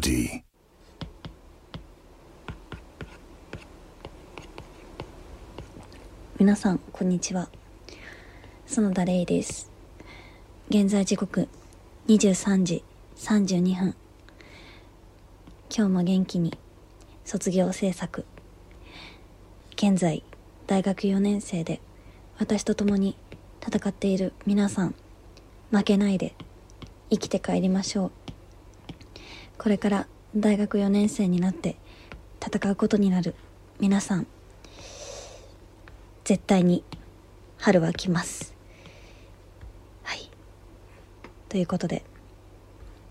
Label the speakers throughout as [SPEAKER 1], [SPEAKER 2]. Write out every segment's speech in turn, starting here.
[SPEAKER 1] ロディ
[SPEAKER 2] 皆さんこんにちは園田玲です現在時刻23時32分今日も元気に卒業制作現在大学4年生で私と共に戦っている皆さん負けないで生きて帰りましょうこれから大学4年生になって戦うことになる皆さん絶対に春は来ますはいということで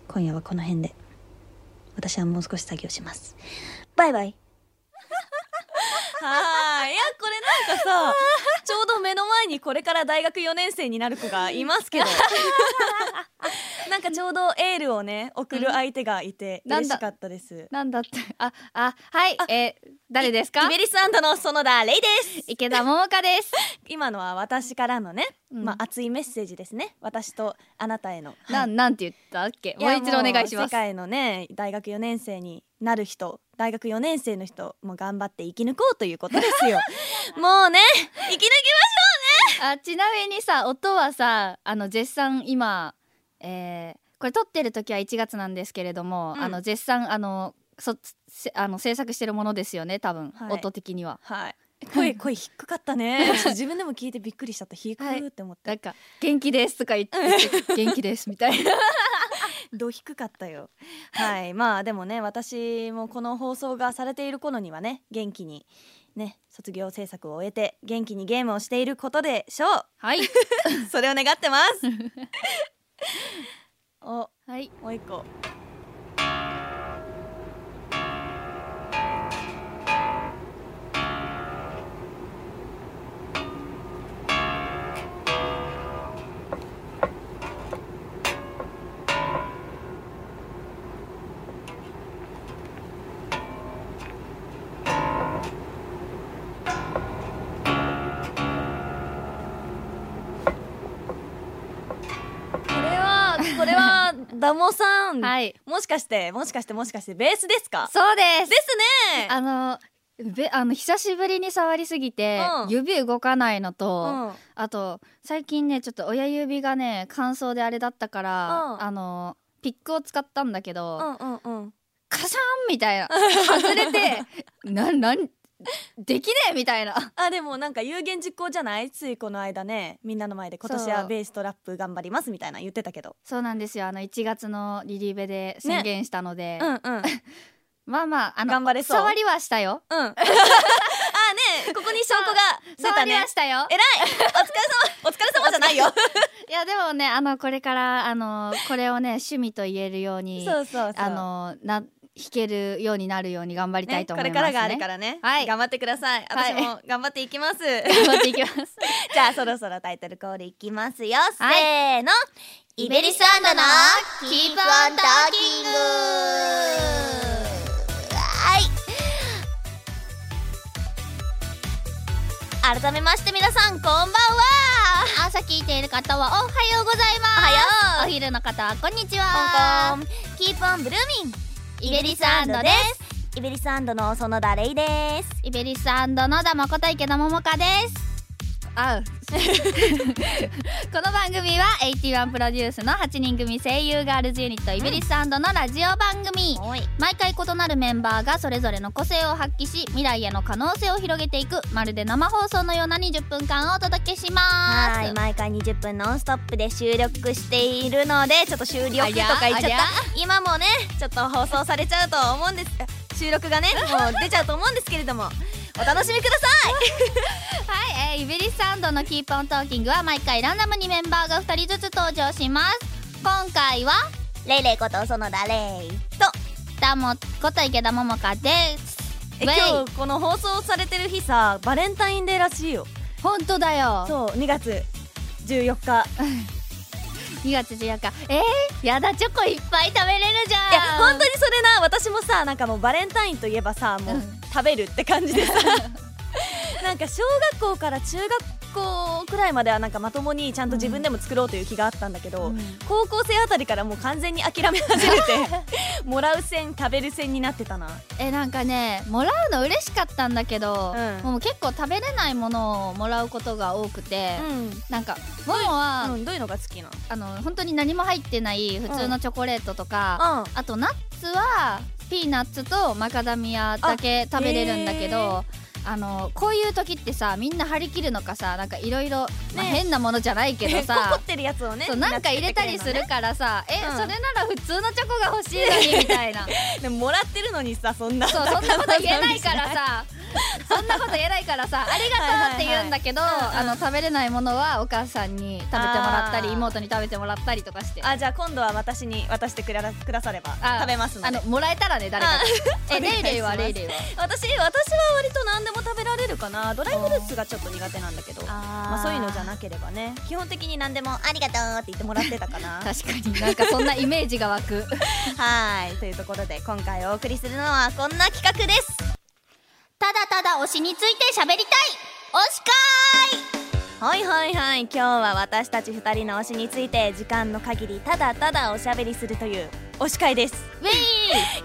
[SPEAKER 2] 今夜はこの辺で私はもう少し作業しますバイバイ
[SPEAKER 3] はい。いや、これなんかさ、ちょうど目の前にこれから大学4年生になる子がいます けど。なんかちょうどエールをね、送る相手がいて、
[SPEAKER 4] うんなん
[SPEAKER 3] 嬉
[SPEAKER 4] だ
[SPEAKER 3] しかったです。
[SPEAKER 4] なんだって ああはいえー誰ですか
[SPEAKER 3] イベリスの園田レイです。
[SPEAKER 4] 池田桃香 です
[SPEAKER 3] 今のは私からのね、
[SPEAKER 4] うん
[SPEAKER 3] まあ熱いメッセージですね。私とあなたへの。
[SPEAKER 4] なんなんて言ったっけ
[SPEAKER 3] い
[SPEAKER 4] も
[SPEAKER 3] や
[SPEAKER 4] う一度お願いし
[SPEAKER 3] もう
[SPEAKER 4] ま
[SPEAKER 3] 世
[SPEAKER 4] す
[SPEAKER 3] 界のね、大学4年生になる人、大学4年生の人も頑張って生き抜こうということです よ。もうね、生き抜き
[SPEAKER 4] あちなみにさ音はさあの絶賛今、えーこれ撮ってる時は1月なんですけれども、
[SPEAKER 3] うん
[SPEAKER 4] あの絶賛あのそせあの制作してるものですよね多分、
[SPEAKER 3] はい
[SPEAKER 4] 音的には
[SPEAKER 3] はい。声声低かった ね。ちょっと自分でも聞いてびっくりしちゃった。低くーって思っ
[SPEAKER 4] なん
[SPEAKER 3] て。
[SPEAKER 4] か「元気です」とか言って「元気です」みたいな
[SPEAKER 3] ど低かったよ。はい。まあでもね、私もこの放送がされている頃にはね、元気にね、卒業制作を終えて元気にゲームをしていることでしょ
[SPEAKER 4] はい、
[SPEAKER 3] う。それを願って ます。お、
[SPEAKER 4] はい、
[SPEAKER 3] もう一個。これはこれ はダモさん。
[SPEAKER 4] はい、
[SPEAKER 3] もしかしてもしかしてもしかしてベースですか。
[SPEAKER 4] そうです
[SPEAKER 3] ですね。
[SPEAKER 4] あのべあの久しぶりに触りすぎて、
[SPEAKER 3] うん
[SPEAKER 4] 指動かないのと、
[SPEAKER 3] うん。
[SPEAKER 4] あと最近ねちょっと親指がね乾燥であれだったから、
[SPEAKER 3] うん
[SPEAKER 4] あのピックを使ったんだけど、
[SPEAKER 3] うんうんうん。
[SPEAKER 4] カシャン みたいな外れてななんできねえみたいな
[SPEAKER 3] あでもなんか有言実行じゃないついこの間ねみんなの前で今年はベースとラップ頑張りますみたいな言ってたけど
[SPEAKER 4] そうなんですよあの1月のリリーベで宣言したので、
[SPEAKER 3] うんうんうんあね
[SPEAKER 4] まあまああの
[SPEAKER 3] 頑張れそう
[SPEAKER 4] 触りはしたよ
[SPEAKER 3] ここに証拠が出
[SPEAKER 4] 触
[SPEAKER 3] た
[SPEAKER 4] り
[SPEAKER 3] ね
[SPEAKER 4] はしたよ
[SPEAKER 3] えらいお疲れ様お疲れ様じゃないよ
[SPEAKER 4] いやでもねあのこれからあのこれをね趣味と言えるように
[SPEAKER 3] そうそうそう
[SPEAKER 4] あのな弾けるようになるように頑張りたい
[SPEAKER 3] ね、
[SPEAKER 4] と
[SPEAKER 3] こ
[SPEAKER 4] 思い
[SPEAKER 3] れ
[SPEAKER 4] ます、ね
[SPEAKER 3] からがあるからね、
[SPEAKER 4] はい
[SPEAKER 3] 頑張ってください
[SPEAKER 4] は
[SPEAKER 3] 私
[SPEAKER 4] い
[SPEAKER 3] も頑張っていきます、
[SPEAKER 4] 頑張っていきます
[SPEAKER 3] じゃあそろそろタイトルコールいきますよ、
[SPEAKER 4] はい
[SPEAKER 3] せーの
[SPEAKER 5] イベリスアンドの Keep on Talking はい改めまして皆さんこんばんは
[SPEAKER 4] 朝聞いている方はおはようございます
[SPEAKER 5] おはよ
[SPEAKER 4] お昼の方はこんにち
[SPEAKER 5] 香
[SPEAKER 4] は
[SPEAKER 5] 港 Keep on Blooming
[SPEAKER 4] イベリスアンドです
[SPEAKER 5] イベリスアンドの園田レイです
[SPEAKER 4] イベリスアンドの田誠池田桃香ですあう この番組は81プロデュースの8人組声優ガールズユニットイベリスアンドのラジオ番組、
[SPEAKER 5] おい
[SPEAKER 4] 毎回異なるメンバーがそれぞれの個性を発揮し未来への可能性を広げていくまるで生放送のような20分間をお届けします
[SPEAKER 5] はい毎回20分ノンストップで収録しているのでちょっと終了
[SPEAKER 4] あ
[SPEAKER 5] とか
[SPEAKER 4] り
[SPEAKER 5] 言っち
[SPEAKER 4] ゃ
[SPEAKER 5] ゃっ
[SPEAKER 4] ありゃ
[SPEAKER 5] た今もねちょっと放送されちゃうと思うんですあ収録 がねもう出ちゃうと思うんですけれどもお楽しみください
[SPEAKER 4] はい、えーイベリスアンドのキープオントーキングは毎回ランダムにメンバーが2人ずつ登場します今回は
[SPEAKER 5] レイレイこと園田レイ
[SPEAKER 4] 田もこと池田桃香です
[SPEAKER 3] え
[SPEAKER 4] ウェイ
[SPEAKER 3] 今日この放送されてる日さバレンタインデーらしいよ
[SPEAKER 4] 本当だよ
[SPEAKER 3] そう2月14日
[SPEAKER 4] 2月14日えー、やだチョコいっぱい食べれるじゃん
[SPEAKER 3] いや本当にそれな私もさなんかもうバレンタインといえばさもう
[SPEAKER 4] うん
[SPEAKER 3] 食べるって感じでさなんか小学校から中学校くらいまではなんかまともにちゃんと自分でも作ろうという気があったんだけど、
[SPEAKER 4] うん
[SPEAKER 3] 高校生あたりからもう完全に諦め始め てもらう線食べる線になってたな
[SPEAKER 4] えなんかねもらうの嬉しかったんだけど、
[SPEAKER 3] うん
[SPEAKER 4] もう結構食べれないものをもらうことが多くて、
[SPEAKER 3] う
[SPEAKER 4] なんかももは、
[SPEAKER 3] ん、どういうのが好きなの
[SPEAKER 4] あの本当に何も入ってない普通のチョコレートとか、
[SPEAKER 3] あ
[SPEAKER 4] あとナッツはピーナッツとマカダミアだけ食べれるんだけど。
[SPEAKER 3] へ
[SPEAKER 4] あのこういう時ってさみんな張り切るのかさなんかいろいろ変なものじゃない けど
[SPEAKER 3] 残
[SPEAKER 4] さ
[SPEAKER 3] ってるやつをね
[SPEAKER 4] そうなんか入れたりするからさ、え、
[SPEAKER 3] うん
[SPEAKER 4] それなら普通のチョコが欲しいのにみたいな
[SPEAKER 3] でももらってるのにさそんな
[SPEAKER 4] そうそんなこと言えな いからさそんなこと言えないからさありがとうって言うんだけど、あの食べれないものはお母さんに食べてもらったり
[SPEAKER 3] あー
[SPEAKER 4] 妹に食べてもらったりとかして
[SPEAKER 3] あじゃあ今度は私に渡してくらくだされば
[SPEAKER 4] あ
[SPEAKER 3] 食べますの
[SPEAKER 4] あ
[SPEAKER 3] で
[SPEAKER 4] のもらえたらね誰かにえ
[SPEAKER 3] お願い
[SPEAKER 4] レイレイ
[SPEAKER 3] しま
[SPEAKER 4] は
[SPEAKER 3] す
[SPEAKER 4] レイレイは
[SPEAKER 3] 私私は割と何でも食べられるかなドライフルーツがちょっと苦手なんだけどまあ、そういうのじゃなければね基本的に何でもありがとうって言ってもらってたかな
[SPEAKER 4] 確かになんかそんなイメージが湧く
[SPEAKER 3] はいというところで今回お送りするのはこんな企画です
[SPEAKER 4] ただただ推しについて喋りたい推し
[SPEAKER 3] はいはいはい今日は私たち2人の推しについて時間の限りただただおしゃべりするという推し会です
[SPEAKER 4] ウェイ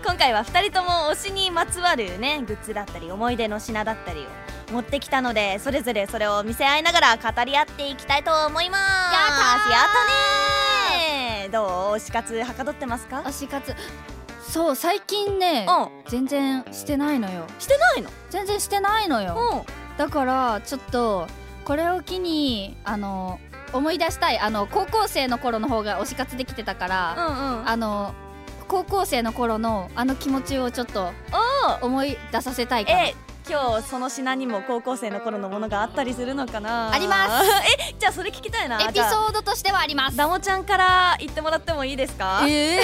[SPEAKER 3] 今回は2人とも推しにまつわるねグッズだったり思い出の品だったりを持ってきたのでそれぞれそれを見せ合いながら語り合っていきたいと思いますや
[SPEAKER 4] や
[SPEAKER 3] ったねーどう推し活はかどってますか
[SPEAKER 4] 推し活そう最近ね
[SPEAKER 3] うん
[SPEAKER 4] 全然してないのよ
[SPEAKER 3] してないの
[SPEAKER 4] 全然してないのよ
[SPEAKER 3] うん
[SPEAKER 4] だからちょっとこれを機にあの思い出したいあの高校生の頃の方が推し活できてたから、
[SPEAKER 3] うんうん
[SPEAKER 4] あの高校生の頃のあの気持ちをちょっと思い出させたいかな
[SPEAKER 3] え今日その品にも高校生の頃のものがあったりするのかな
[SPEAKER 4] あります
[SPEAKER 3] えじゃあそれ聞きたいな
[SPEAKER 4] エピ
[SPEAKER 3] じゃあ
[SPEAKER 4] ソードとしてはあります
[SPEAKER 3] ダモちゃんから言ってもらってもいいですか
[SPEAKER 4] え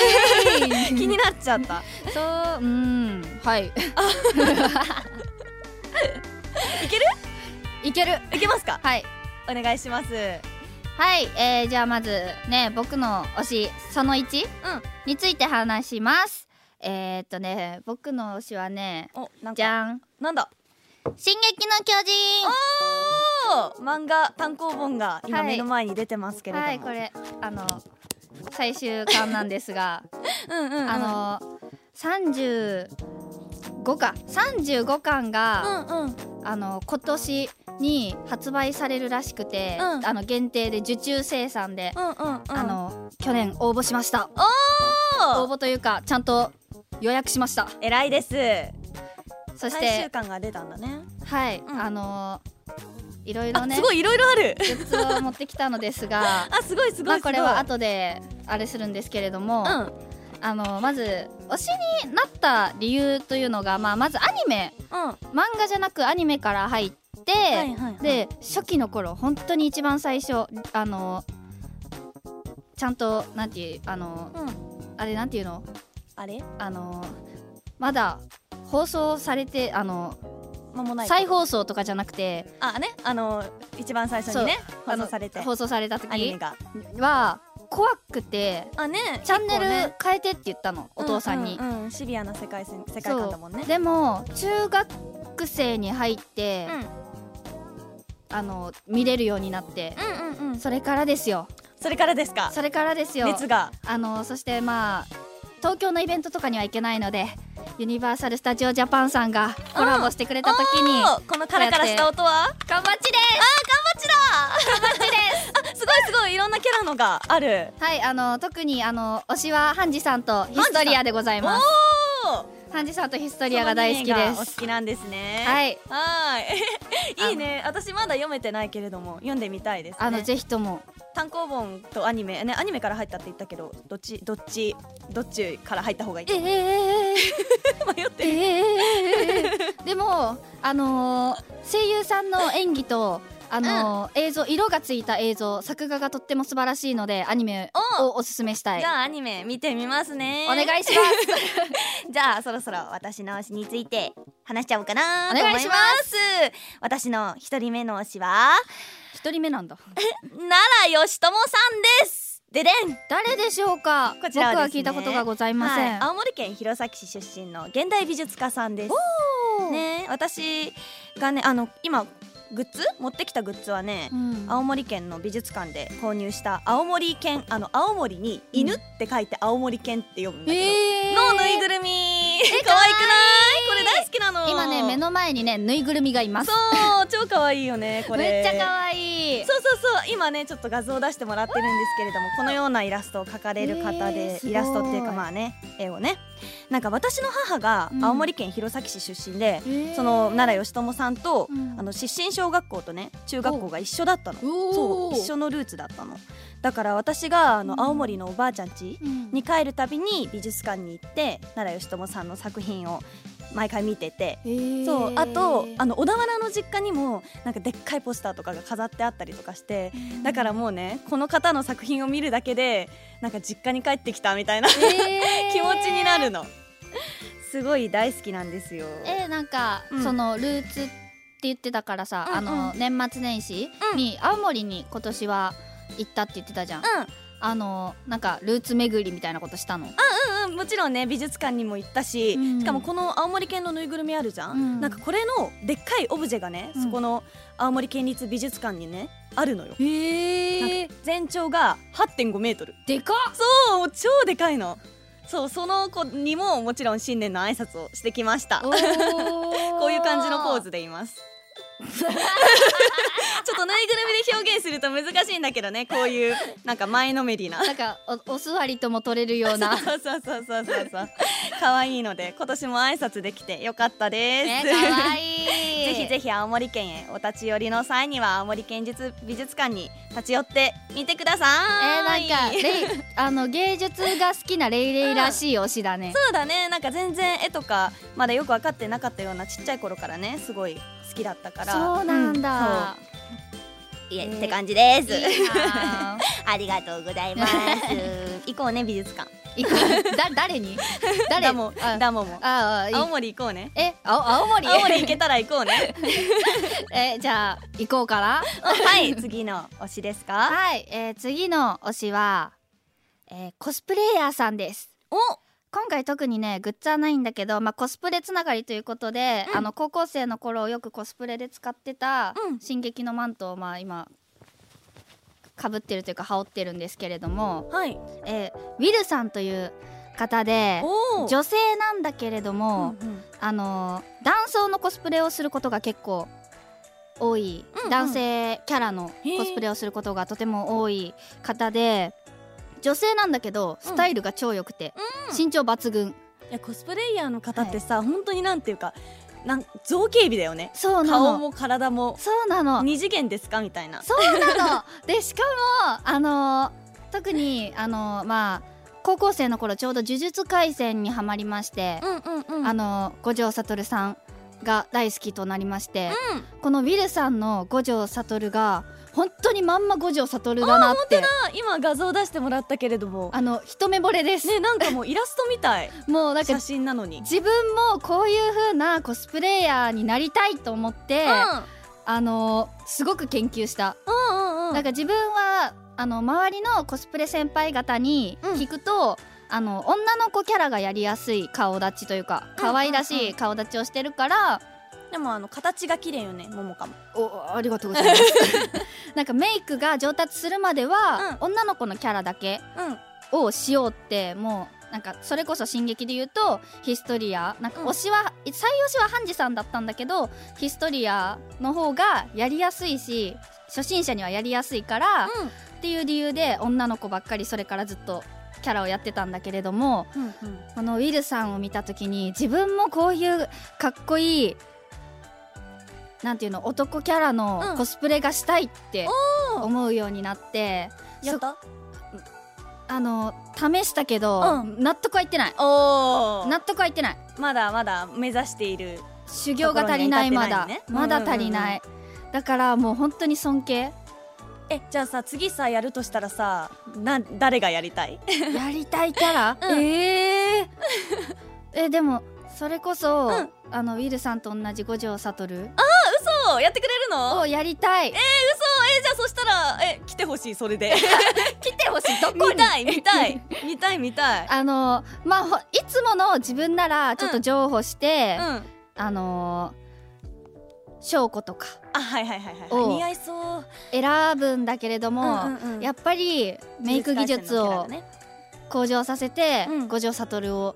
[SPEAKER 3] 気になっちゃった
[SPEAKER 4] そううんはいい
[SPEAKER 3] け
[SPEAKER 4] るいける
[SPEAKER 3] いけますか
[SPEAKER 4] はい
[SPEAKER 3] お願いします
[SPEAKER 4] はい、えー、じゃあまずね僕の推しその1、について話しますえー、っとね僕の推しはね
[SPEAKER 3] おなんか
[SPEAKER 4] じゃん
[SPEAKER 3] なんだ
[SPEAKER 4] 「進撃の巨人」
[SPEAKER 3] おー漫画単行本が今
[SPEAKER 4] はい
[SPEAKER 3] 目の前に出てますけれども、
[SPEAKER 4] はいこれあの最終巻なんですが
[SPEAKER 3] うんうん、うん、
[SPEAKER 4] あの35巻35巻が、
[SPEAKER 3] うんうん
[SPEAKER 4] あの今年に発売されるらしくて、
[SPEAKER 3] うん
[SPEAKER 4] あの限定で受注生産で、
[SPEAKER 3] うんうんうん
[SPEAKER 4] あの去年応募しました応
[SPEAKER 3] おー
[SPEAKER 4] 募というかちゃんと予約しました
[SPEAKER 3] 偉いです
[SPEAKER 4] そし
[SPEAKER 3] 最終
[SPEAKER 4] て
[SPEAKER 3] 巻が出たんだね
[SPEAKER 4] はい、
[SPEAKER 3] ん
[SPEAKER 4] あのいろいろ
[SPEAKER 3] あ
[SPEAKER 4] ね
[SPEAKER 3] すごいいろいろあ る
[SPEAKER 4] グッズを持ってきたのです が
[SPEAKER 3] あすごいすごいすごい、
[SPEAKER 4] まあこれは後であれするんですけれども、
[SPEAKER 3] うん
[SPEAKER 4] あのまず推しになった理由というのが、まあ、まずアニメ
[SPEAKER 3] うんは
[SPEAKER 4] 漫画じゃなくアニメから入って、
[SPEAKER 3] いはいはい
[SPEAKER 4] で初期の頃本当に一番最初あのちゃんとなんていうあの
[SPEAKER 3] うん
[SPEAKER 4] あれなんていうの
[SPEAKER 3] あれ
[SPEAKER 4] あのまだ放送されてあの
[SPEAKER 3] 間もない
[SPEAKER 4] 再放送とかじゃなくて
[SPEAKER 3] あねあの一番最初にね
[SPEAKER 4] あ
[SPEAKER 3] 放
[SPEAKER 4] の
[SPEAKER 3] 送されて
[SPEAKER 4] 放送された
[SPEAKER 3] アニメ
[SPEAKER 4] 時
[SPEAKER 3] が
[SPEAKER 4] は怖くて
[SPEAKER 3] あね
[SPEAKER 4] チャンネル
[SPEAKER 3] 結構ね
[SPEAKER 4] 変えてって言ったのお父さんに
[SPEAKER 3] う。うんうんシビアな世界線世界観だもんね
[SPEAKER 4] でも中学生に入って、あの見れるようになって、
[SPEAKER 3] うんうんうん
[SPEAKER 4] それからですよ
[SPEAKER 3] それからですか
[SPEAKER 4] それからですよ
[SPEAKER 3] 熱が
[SPEAKER 4] あのそしてまあ東京のイベントとかには行けないのでユニバーサル・スタジオ・ジャパンさんがコラボしてくれた時に
[SPEAKER 3] おーこのカラカラした音は
[SPEAKER 4] 頑張っちで
[SPEAKER 3] すごいすごいいろんなキャラのがある
[SPEAKER 4] すはいあの特にあの推しはハンジさんとヒストリアでございます
[SPEAKER 3] おー
[SPEAKER 4] ハンジさんとヒストリアが大好
[SPEAKER 3] そ
[SPEAKER 4] き
[SPEAKER 3] の
[SPEAKER 4] で
[SPEAKER 3] 二名がお
[SPEAKER 4] す
[SPEAKER 3] 好きなんですね
[SPEAKER 4] はい
[SPEAKER 3] はーい いいね私まだ読めてないけれども読んでみたいですね
[SPEAKER 4] あのぜひとも
[SPEAKER 3] 単行本とアニメねアニメから入ったって言ったけどどっちどっちどっちから入った方がいい
[SPEAKER 4] ええ
[SPEAKER 3] 迷ってる
[SPEAKER 4] ええ でもあのー声優さんの演技とあのー映像色がついた映像作画がとっても素晴らしいのでアニメをおすすめしたい
[SPEAKER 3] じゃあアニメ見てみますね
[SPEAKER 4] お願い します
[SPEAKER 3] じゃあそろそろ私の推しについて話しちゃおうかな
[SPEAKER 4] お
[SPEAKER 3] と思い
[SPEAKER 4] 願
[SPEAKER 3] ま
[SPEAKER 4] い
[SPEAKER 3] す
[SPEAKER 4] しま
[SPEAKER 3] 私の一人目の推しは
[SPEAKER 4] 一人 目なんだ
[SPEAKER 3] 奈良義友さんですででん
[SPEAKER 4] 誰でしょうか
[SPEAKER 3] こちらはですね
[SPEAKER 4] 僕は聞いたことがございません、
[SPEAKER 3] はい、青森県弘前市出身の現代美術家さんです
[SPEAKER 4] おー
[SPEAKER 3] ね私がねあの今グッズ持ってきたグッズはね、
[SPEAKER 4] うん
[SPEAKER 3] 青森県の美術館で購入した青森県あの青森に犬って書いて青森犬って読むんだけど、
[SPEAKER 4] えー
[SPEAKER 3] のぬいぐるみ可愛くないこれ大好きなの
[SPEAKER 4] 今ね目の前にねぬいぐるみがいます
[SPEAKER 3] そう超可愛いよねこれ
[SPEAKER 4] めっちゃ可愛い
[SPEAKER 3] そうそうそう今ねちょっと画像を出してもらってるんですけれどもこのようなイラストを描かれる方
[SPEAKER 4] えー
[SPEAKER 3] です
[SPEAKER 4] ごい
[SPEAKER 3] イラストっていうかまあね絵をねなんか私の母が
[SPEAKER 4] うん
[SPEAKER 3] 青森県弘前市出身で、
[SPEAKER 4] えー
[SPEAKER 3] その奈良義朝さんと、
[SPEAKER 4] うん
[SPEAKER 3] あの出身小学校とね中学校が一緒だったの
[SPEAKER 4] おー
[SPEAKER 3] そう一緒のルーツだったのだから私があ
[SPEAKER 4] う
[SPEAKER 3] の
[SPEAKER 4] ん
[SPEAKER 3] 青森のおばあちゃん家
[SPEAKER 4] うん
[SPEAKER 3] に帰るたびに美術館に行って奈良義朝さんの作品を毎回見てて
[SPEAKER 4] えー
[SPEAKER 3] そうあとあの小田原の実家にもなんかでっかいポスターとかが飾ってあったりとかしてだからもうねこの方の作品を見るだけでなんか実家に帰ってきたみたいな 気持
[SPEAKER 4] えー
[SPEAKER 3] ちになるのすごい大好きなんですよ
[SPEAKER 4] えーなんか、
[SPEAKER 3] うん
[SPEAKER 4] そのルーツって言ってたからさ、
[SPEAKER 3] うんうん
[SPEAKER 4] あの年末年始に青森に今年は行ったって言ってたじゃん、
[SPEAKER 3] う
[SPEAKER 4] あのなんかルーツ巡りみたいなことしたの
[SPEAKER 3] んうんうんもちろんね美術館にも行ったし、
[SPEAKER 4] うん
[SPEAKER 3] しかもこの青森県のぬいぐるみあるじゃん、
[SPEAKER 4] うん
[SPEAKER 3] なんかこれのでっかいオブジェがね、
[SPEAKER 4] うん
[SPEAKER 3] そこの青森県立美術館にねあるのよ
[SPEAKER 4] へえ
[SPEAKER 3] 全長が8.5メートル
[SPEAKER 4] でかっ
[SPEAKER 3] そう超でかいのそうその子にももちろん新年の挨拶をしてきました こ
[SPEAKER 4] こ
[SPEAKER 3] ういう感じのポーズでいます ちょっとぬいぐるみで表現すると難しいんだけどねこういうなんか前のめりな
[SPEAKER 4] なんかおお座りとも取れるような
[SPEAKER 3] そうそうそうそうそうそう可愛いので今年も挨拶できてよかったです、
[SPEAKER 4] ね可愛い
[SPEAKER 3] ぜひぜひ青森県へお立ち寄りの際には青森県立美術館に立ち寄ってみてくださ
[SPEAKER 4] えー、ないんかレイあの芸術が好きなレイレイらしい推しだね、
[SPEAKER 3] そうだねなんか全然絵とかまだよく分かってなかったようなちっちゃい頃からねすごい好きだったから
[SPEAKER 4] そうなんだ、
[SPEAKER 3] うんそういえ
[SPEAKER 4] えー
[SPEAKER 3] って感じです
[SPEAKER 4] いいなあ
[SPEAKER 3] ありがとうござい ます行こうね美術館
[SPEAKER 4] 行こうだ 誰に誰
[SPEAKER 3] ダモ
[SPEAKER 4] あ
[SPEAKER 3] ダモも
[SPEAKER 4] ああいい
[SPEAKER 3] 青森行こうね
[SPEAKER 4] え青青森
[SPEAKER 3] 青森行けたら行こうね
[SPEAKER 4] えじゃあ行こうかな
[SPEAKER 3] はい次の推しですか
[SPEAKER 4] はい、えー次の推しは、えーコスプレイヤーさんです
[SPEAKER 3] お
[SPEAKER 4] 今回特にねグッズはないんだけど、まあ、コスプレつながりということで、あの高校生の頃よくコスプレで使ってた
[SPEAKER 3] うん
[SPEAKER 4] 「進撃のマント」をまあ今かぶってるというか羽織ってるんですけれども、
[SPEAKER 3] はい
[SPEAKER 4] えーウィルさんという方で
[SPEAKER 3] お
[SPEAKER 4] 女性なんだけれど
[SPEAKER 3] う
[SPEAKER 4] も、
[SPEAKER 3] んうん
[SPEAKER 4] あのー男装のコスプレをすることが結構多い、
[SPEAKER 3] うんうん
[SPEAKER 4] 男性キャラのコスプレをすることがとても多い方で女性なんだけどスタイルが超良くて、身長抜群
[SPEAKER 3] いやコスプレイヤーの方ってさ、本当になんていうかなん造形美だよね
[SPEAKER 4] そうな
[SPEAKER 3] 顔
[SPEAKER 4] の
[SPEAKER 3] も体も
[SPEAKER 4] そうなの
[SPEAKER 3] 二次元ですかみたいな
[SPEAKER 4] そうなの でしかもあのー特にあのーまあ高校生の頃ちょうど「呪術廻戦」にはまりまして、
[SPEAKER 3] うんうんう
[SPEAKER 4] あのー五条悟さんが大好きとなりまして、このウィルさんの五条悟が本当にまんま五条悟だなって
[SPEAKER 3] 今画像出してもらったけれども
[SPEAKER 4] あの一目惚れです、
[SPEAKER 3] ねなんかもうイラストみたい
[SPEAKER 4] もうなんか
[SPEAKER 3] 写真なのに
[SPEAKER 4] 自分もこういう風なコスプレイヤーになりたいと思って、あのーすごく研究した
[SPEAKER 3] うんうんうん
[SPEAKER 4] なんか自分はあの周りのコスプレ先輩方に聞くと、あの女の子キャラがやりやすい顔立ちというか可愛らしい顔立ちをしてるから、
[SPEAKER 3] でもあの形が綺麗よねももかも
[SPEAKER 4] おありがとうございます なんかメイクが上達するまでは、女の子のキャラだけ
[SPEAKER 3] うん
[SPEAKER 4] をしようってもうなんかそれこそ進撃で言うとヒストリアなんか
[SPEAKER 3] うん
[SPEAKER 4] 推しは、最推しはハンジさんだったんだけどヒストリアの方がやりやすいし初心者にはやりやすいから、
[SPEAKER 3] うん
[SPEAKER 4] っていう理由で女の子ばっかりそれからずっとキャラをやってたんだけれども
[SPEAKER 3] うん
[SPEAKER 4] このウィルさんを見た時に自分もこういうかっこいいなんていうの男キャラ
[SPEAKER 3] う
[SPEAKER 4] の
[SPEAKER 3] ん
[SPEAKER 4] コスプレがしたいって
[SPEAKER 3] おー
[SPEAKER 4] 思うようになって、
[SPEAKER 3] やった
[SPEAKER 4] あの試したけど、
[SPEAKER 3] うん
[SPEAKER 4] 納得はいってない
[SPEAKER 3] お
[SPEAKER 4] 納得はいってない
[SPEAKER 3] まだまだ目指している
[SPEAKER 4] 修行が足りない
[SPEAKER 3] ところ
[SPEAKER 4] ま
[SPEAKER 3] に至ってな
[SPEAKER 4] だ
[SPEAKER 3] いね
[SPEAKER 4] まだ足りない、だからもう本当に 尊敬
[SPEAKER 3] えじゃあさ次さやるとしたらさな誰がやりたい
[SPEAKER 4] やりたいキャラ、
[SPEAKER 3] うん
[SPEAKER 4] えーえでもそれこそ、
[SPEAKER 3] うん
[SPEAKER 4] あのウィルさんと同じ五条悟
[SPEAKER 3] そうやってくれるの
[SPEAKER 4] をやりたい
[SPEAKER 3] えじゃあそしたらえ来てほしいそれ で
[SPEAKER 4] 来てほしいど
[SPEAKER 3] 見
[SPEAKER 4] こに
[SPEAKER 3] たい見たい見たい見たい
[SPEAKER 4] あのまあほいつもの自分ならちょっと譲歩して、
[SPEAKER 3] うん
[SPEAKER 4] あのー、翔子とか
[SPEAKER 3] あはいはいはいはい
[SPEAKER 4] を
[SPEAKER 3] 似合いそう
[SPEAKER 4] 選ぶんだけれども、
[SPEAKER 3] うんうんうん
[SPEAKER 4] やっぱりメイク技術を
[SPEAKER 3] ね
[SPEAKER 4] 向上させて、
[SPEAKER 3] うん
[SPEAKER 4] 五条悟を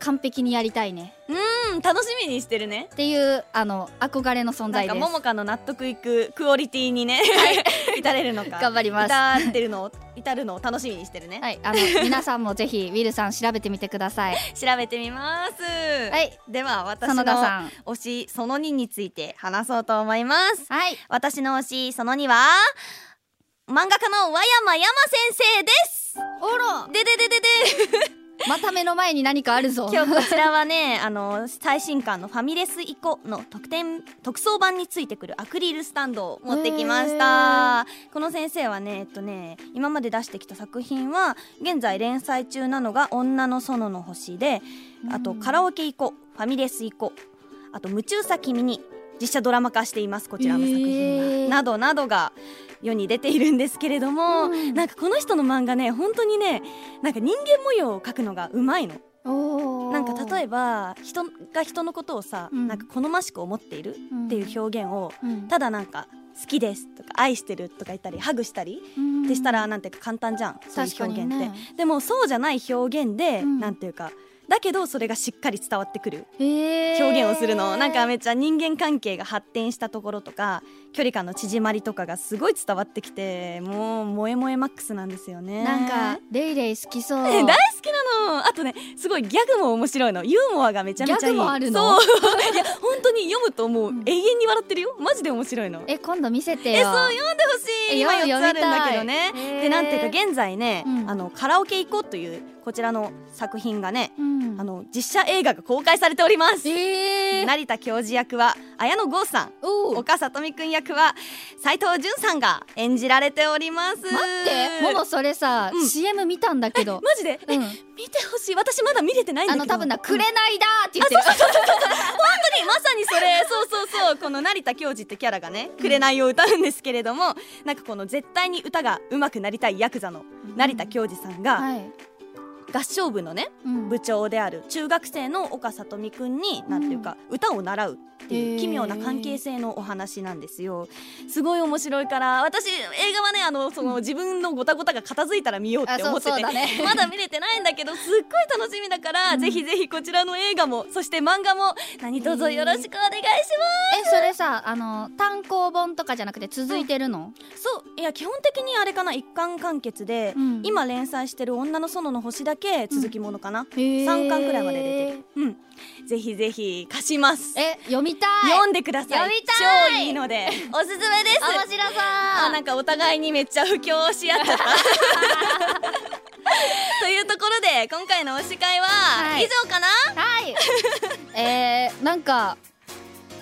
[SPEAKER 4] 完璧にやりたいね
[SPEAKER 3] うん楽しみにしてるね
[SPEAKER 4] っていうあの憧れの存
[SPEAKER 3] なん
[SPEAKER 4] 在
[SPEAKER 3] か
[SPEAKER 4] です
[SPEAKER 3] ももかの納得いくクオリティにね 至れるのか
[SPEAKER 4] 頑張ります
[SPEAKER 3] 至ってるのを至るのを楽しみにしてるね、
[SPEAKER 4] はい、あの 皆さんもぜひウィルさん調べてみてください
[SPEAKER 3] 調べてみます
[SPEAKER 4] はい
[SPEAKER 3] では私の
[SPEAKER 4] 園田さん
[SPEAKER 3] 推しその2について話そうと思います
[SPEAKER 4] はい
[SPEAKER 3] 私の推しその2は漫画家の和山山先生です
[SPEAKER 4] おろ
[SPEAKER 3] ででででで
[SPEAKER 4] また目の前に何かあるぞ
[SPEAKER 3] 今日こちらはね あの最新刊の「ファミレスイコ」の特典特装版についてくるアクリルスタンドを持ってきましたこの先生はねえっとね今まで出してきた作品は現在連載中なのが「女の園の星で」あと「カラオケイコ」「ファミレスイコ」あと「夢中さ君に」実写ドラマ化していますこちらの作品は、
[SPEAKER 4] へー
[SPEAKER 3] などなどが世に出ているんですけれども、
[SPEAKER 4] うん
[SPEAKER 3] なんかこの人の漫画ね本当にねなんか人間模様を描くのがうまいの
[SPEAKER 4] お
[SPEAKER 3] なんか例
[SPEAKER 4] え
[SPEAKER 3] えば人が人のことをさ、
[SPEAKER 4] うん
[SPEAKER 3] なんか好ましく思っている
[SPEAKER 4] ば
[SPEAKER 3] っていう表現を、
[SPEAKER 4] うん
[SPEAKER 3] ただなんか好きですとか愛してるとか言ったりハグしたりってしたらなんていうか簡単じゃん、そういう
[SPEAKER 4] 確か
[SPEAKER 3] 表
[SPEAKER 4] に
[SPEAKER 3] 現って、
[SPEAKER 4] ね
[SPEAKER 3] でもそうじゃない表現で、
[SPEAKER 4] うん
[SPEAKER 3] なんていうかだけどそれがしっかり伝わってくる
[SPEAKER 4] 表
[SPEAKER 3] 表現をするの、なんかめっちゃ人間関係が発展したところとか距離感の縮まりとかがすごい伝わってきてもう萌え萌えマックスなんですよね
[SPEAKER 4] なんかレイレイ好きそう
[SPEAKER 3] 大好きなのあとねすごいギャグも面白いのユーモアがめちゃめちゃいい
[SPEAKER 4] ギャグもあるの
[SPEAKER 3] そう いや本当に読むともう
[SPEAKER 4] うん
[SPEAKER 3] 永遠に笑ってるよマジで面白いの
[SPEAKER 4] え今度見せてよ
[SPEAKER 3] えそう読んでほしい
[SPEAKER 4] え
[SPEAKER 3] 今
[SPEAKER 4] 読む
[SPEAKER 3] 4つあるんだけど
[SPEAKER 4] 読
[SPEAKER 3] ね
[SPEAKER 4] みたい
[SPEAKER 3] でなんていうか現在ね、
[SPEAKER 4] うん
[SPEAKER 3] あのカラオケ行こうというこちらの作品がね、
[SPEAKER 4] うん
[SPEAKER 3] あの実写映画が公開されております、
[SPEAKER 4] えー、
[SPEAKER 3] 成田教授役は綾野剛さん
[SPEAKER 4] お
[SPEAKER 3] 岡里美くん役は斉藤潤さんが演じられております待
[SPEAKER 4] ってももそれさ、
[SPEAKER 3] うん
[SPEAKER 4] CM 見たんだ けど、
[SPEAKER 3] マジで、
[SPEAKER 4] うん、
[SPEAKER 3] 見てほしい私まだ見れてないんだ
[SPEAKER 4] あ
[SPEAKER 3] けど
[SPEAKER 4] の多分な「くれないだ」って言ってる
[SPEAKER 3] まさ にそれそうそうそうこの成田教授ってキャラがね「紅を歌うんですけれども、なんかこの絶対に歌が上手くなりたいヤクザの 成田教授さんが
[SPEAKER 4] はい
[SPEAKER 3] 合唱部のね
[SPEAKER 4] うん
[SPEAKER 3] 部長である中学生の岡里美くんになんていうか歌を習うってい
[SPEAKER 4] へ
[SPEAKER 3] う
[SPEAKER 4] ー
[SPEAKER 3] 奇妙な関係性のお話なんですよすごい面白いから私映画はねあのその自分のごたごたが片付いたら見ようっ
[SPEAKER 4] あ
[SPEAKER 3] て
[SPEAKER 4] そ
[SPEAKER 3] 思
[SPEAKER 4] う
[SPEAKER 3] って
[SPEAKER 4] そう
[SPEAKER 3] て
[SPEAKER 4] だ ね
[SPEAKER 3] まだ見れてないんだけどすっごい楽しみだから、ぜひぜひこちらの映画もそして漫画も何卒よろしくお願いしま
[SPEAKER 4] えそれさあの単行本とかじゃなくて続いてるの、
[SPEAKER 3] すそういや基本的にあれかな一巻完結で、
[SPEAKER 4] うん
[SPEAKER 3] 今連載してる「女の園の星」だけ続きものかな、
[SPEAKER 4] 三
[SPEAKER 3] 3巻くらいまで出てるうんぜひぜひ貸します
[SPEAKER 4] え読みたい
[SPEAKER 3] 読んでください
[SPEAKER 4] 読みたい
[SPEAKER 3] 超いいのでおすすめです
[SPEAKER 4] 面白そう
[SPEAKER 3] あなんかお互いにめっちゃ不況し合っち ゃったというところで今回の推し会は
[SPEAKER 4] い
[SPEAKER 3] 以上かな、
[SPEAKER 4] はい。えー、なんか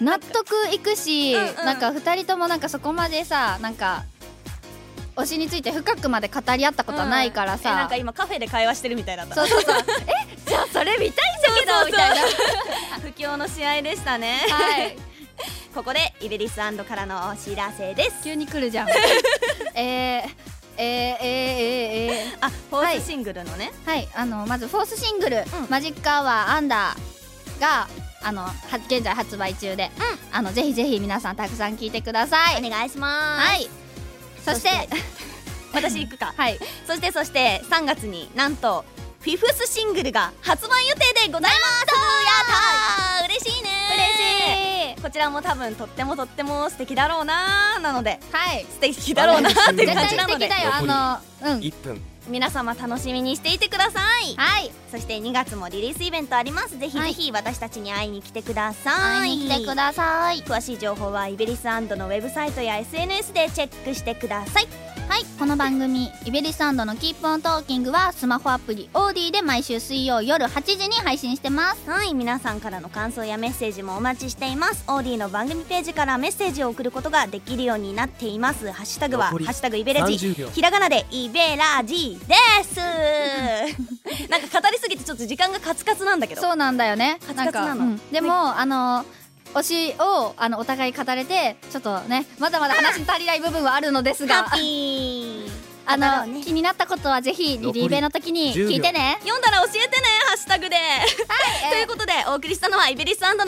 [SPEAKER 4] 納得いくし、
[SPEAKER 3] うんうん
[SPEAKER 4] なんか二人ともなんかそこまでさ、なんか推しについて深くまで語り合ったことはないから
[SPEAKER 3] うんえ
[SPEAKER 4] さ
[SPEAKER 3] な。んか今カフェで会話してるみたいだった
[SPEAKER 4] そうそうそう。え、じゃあそれ見たいじゃんけど
[SPEAKER 3] そうそうそう
[SPEAKER 4] みたいな。
[SPEAKER 3] 不況の試合でしたね
[SPEAKER 4] はい。
[SPEAKER 3] ここでイベリスからのお知らせです
[SPEAKER 4] 急に来る じゃん。えー、えー、えー、えー、えー。
[SPEAKER 3] あフォースシングルのね、
[SPEAKER 4] はい、あのまずフォースシングル「マジックアワーアンダーが」あのは現在発売中で、あのぜひぜひ皆さんたくさん聴いてください。
[SPEAKER 3] お願いします、
[SPEAKER 4] はい。そして、
[SPEAKER 3] 私行くか
[SPEAKER 4] はい。
[SPEAKER 3] そしてそして3月になんとフィフスシングルが発売予定でございますやったー嬉しいね
[SPEAKER 4] 嬉しい。
[SPEAKER 3] こちらも多分とってもとっても素敵だろうなーなので
[SPEAKER 4] はい。
[SPEAKER 3] 素敵だろうなーっていう
[SPEAKER 4] 絶
[SPEAKER 3] 感
[SPEAKER 4] 対
[SPEAKER 3] じな
[SPEAKER 4] 素
[SPEAKER 3] ので
[SPEAKER 4] 敵だよ。あの、うん。
[SPEAKER 1] 1分
[SPEAKER 3] 皆様楽しみにしていてください
[SPEAKER 4] はい。
[SPEAKER 3] そして2月もリリースイベントありますぜひぜひ私たちに会いに来てください、
[SPEAKER 4] 会いに来てください。
[SPEAKER 3] 詳しい情報はイベリスのウェブサイトや SNS でチェックしてください
[SPEAKER 4] はい。この番組、イベリスのキープオントーキングは、スマホアプリオーディで毎週水曜夜8時に配信してます。
[SPEAKER 3] はい皆さんからの感想やメッセージもお待ちしていますオーディの番組ページからメッセージを送ることができるようになっていますハッシュタグはハ
[SPEAKER 1] 残り
[SPEAKER 3] ッシュタグイベラジ
[SPEAKER 1] 30秒
[SPEAKER 3] ひらがなでイベラジ ですなんか語りすぎてちょっと時間がカツカツなんだけど
[SPEAKER 4] そうなんだよね。
[SPEAKER 3] カツカツなの
[SPEAKER 4] んかうんでも、あの、推しをあの お互い語れてちょっとねまだまだ話に足りない部分はあるのですが
[SPEAKER 3] ハッピー
[SPEAKER 4] あ
[SPEAKER 6] だ
[SPEAKER 4] の、
[SPEAKER 6] ろうね
[SPEAKER 4] 気になったことはぜひリリーベの時に
[SPEAKER 7] 残り10
[SPEAKER 4] 聞いてね
[SPEAKER 3] 読んだら教えてねハッシュタグで、ということでお送りしたのはイベリスの園田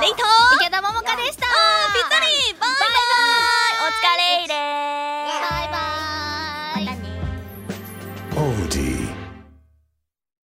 [SPEAKER 3] レイト
[SPEAKER 4] 池田桃香で
[SPEAKER 3] ぴっ
[SPEAKER 4] した
[SPEAKER 3] たりバイバイお疲れいれ
[SPEAKER 4] バイバイ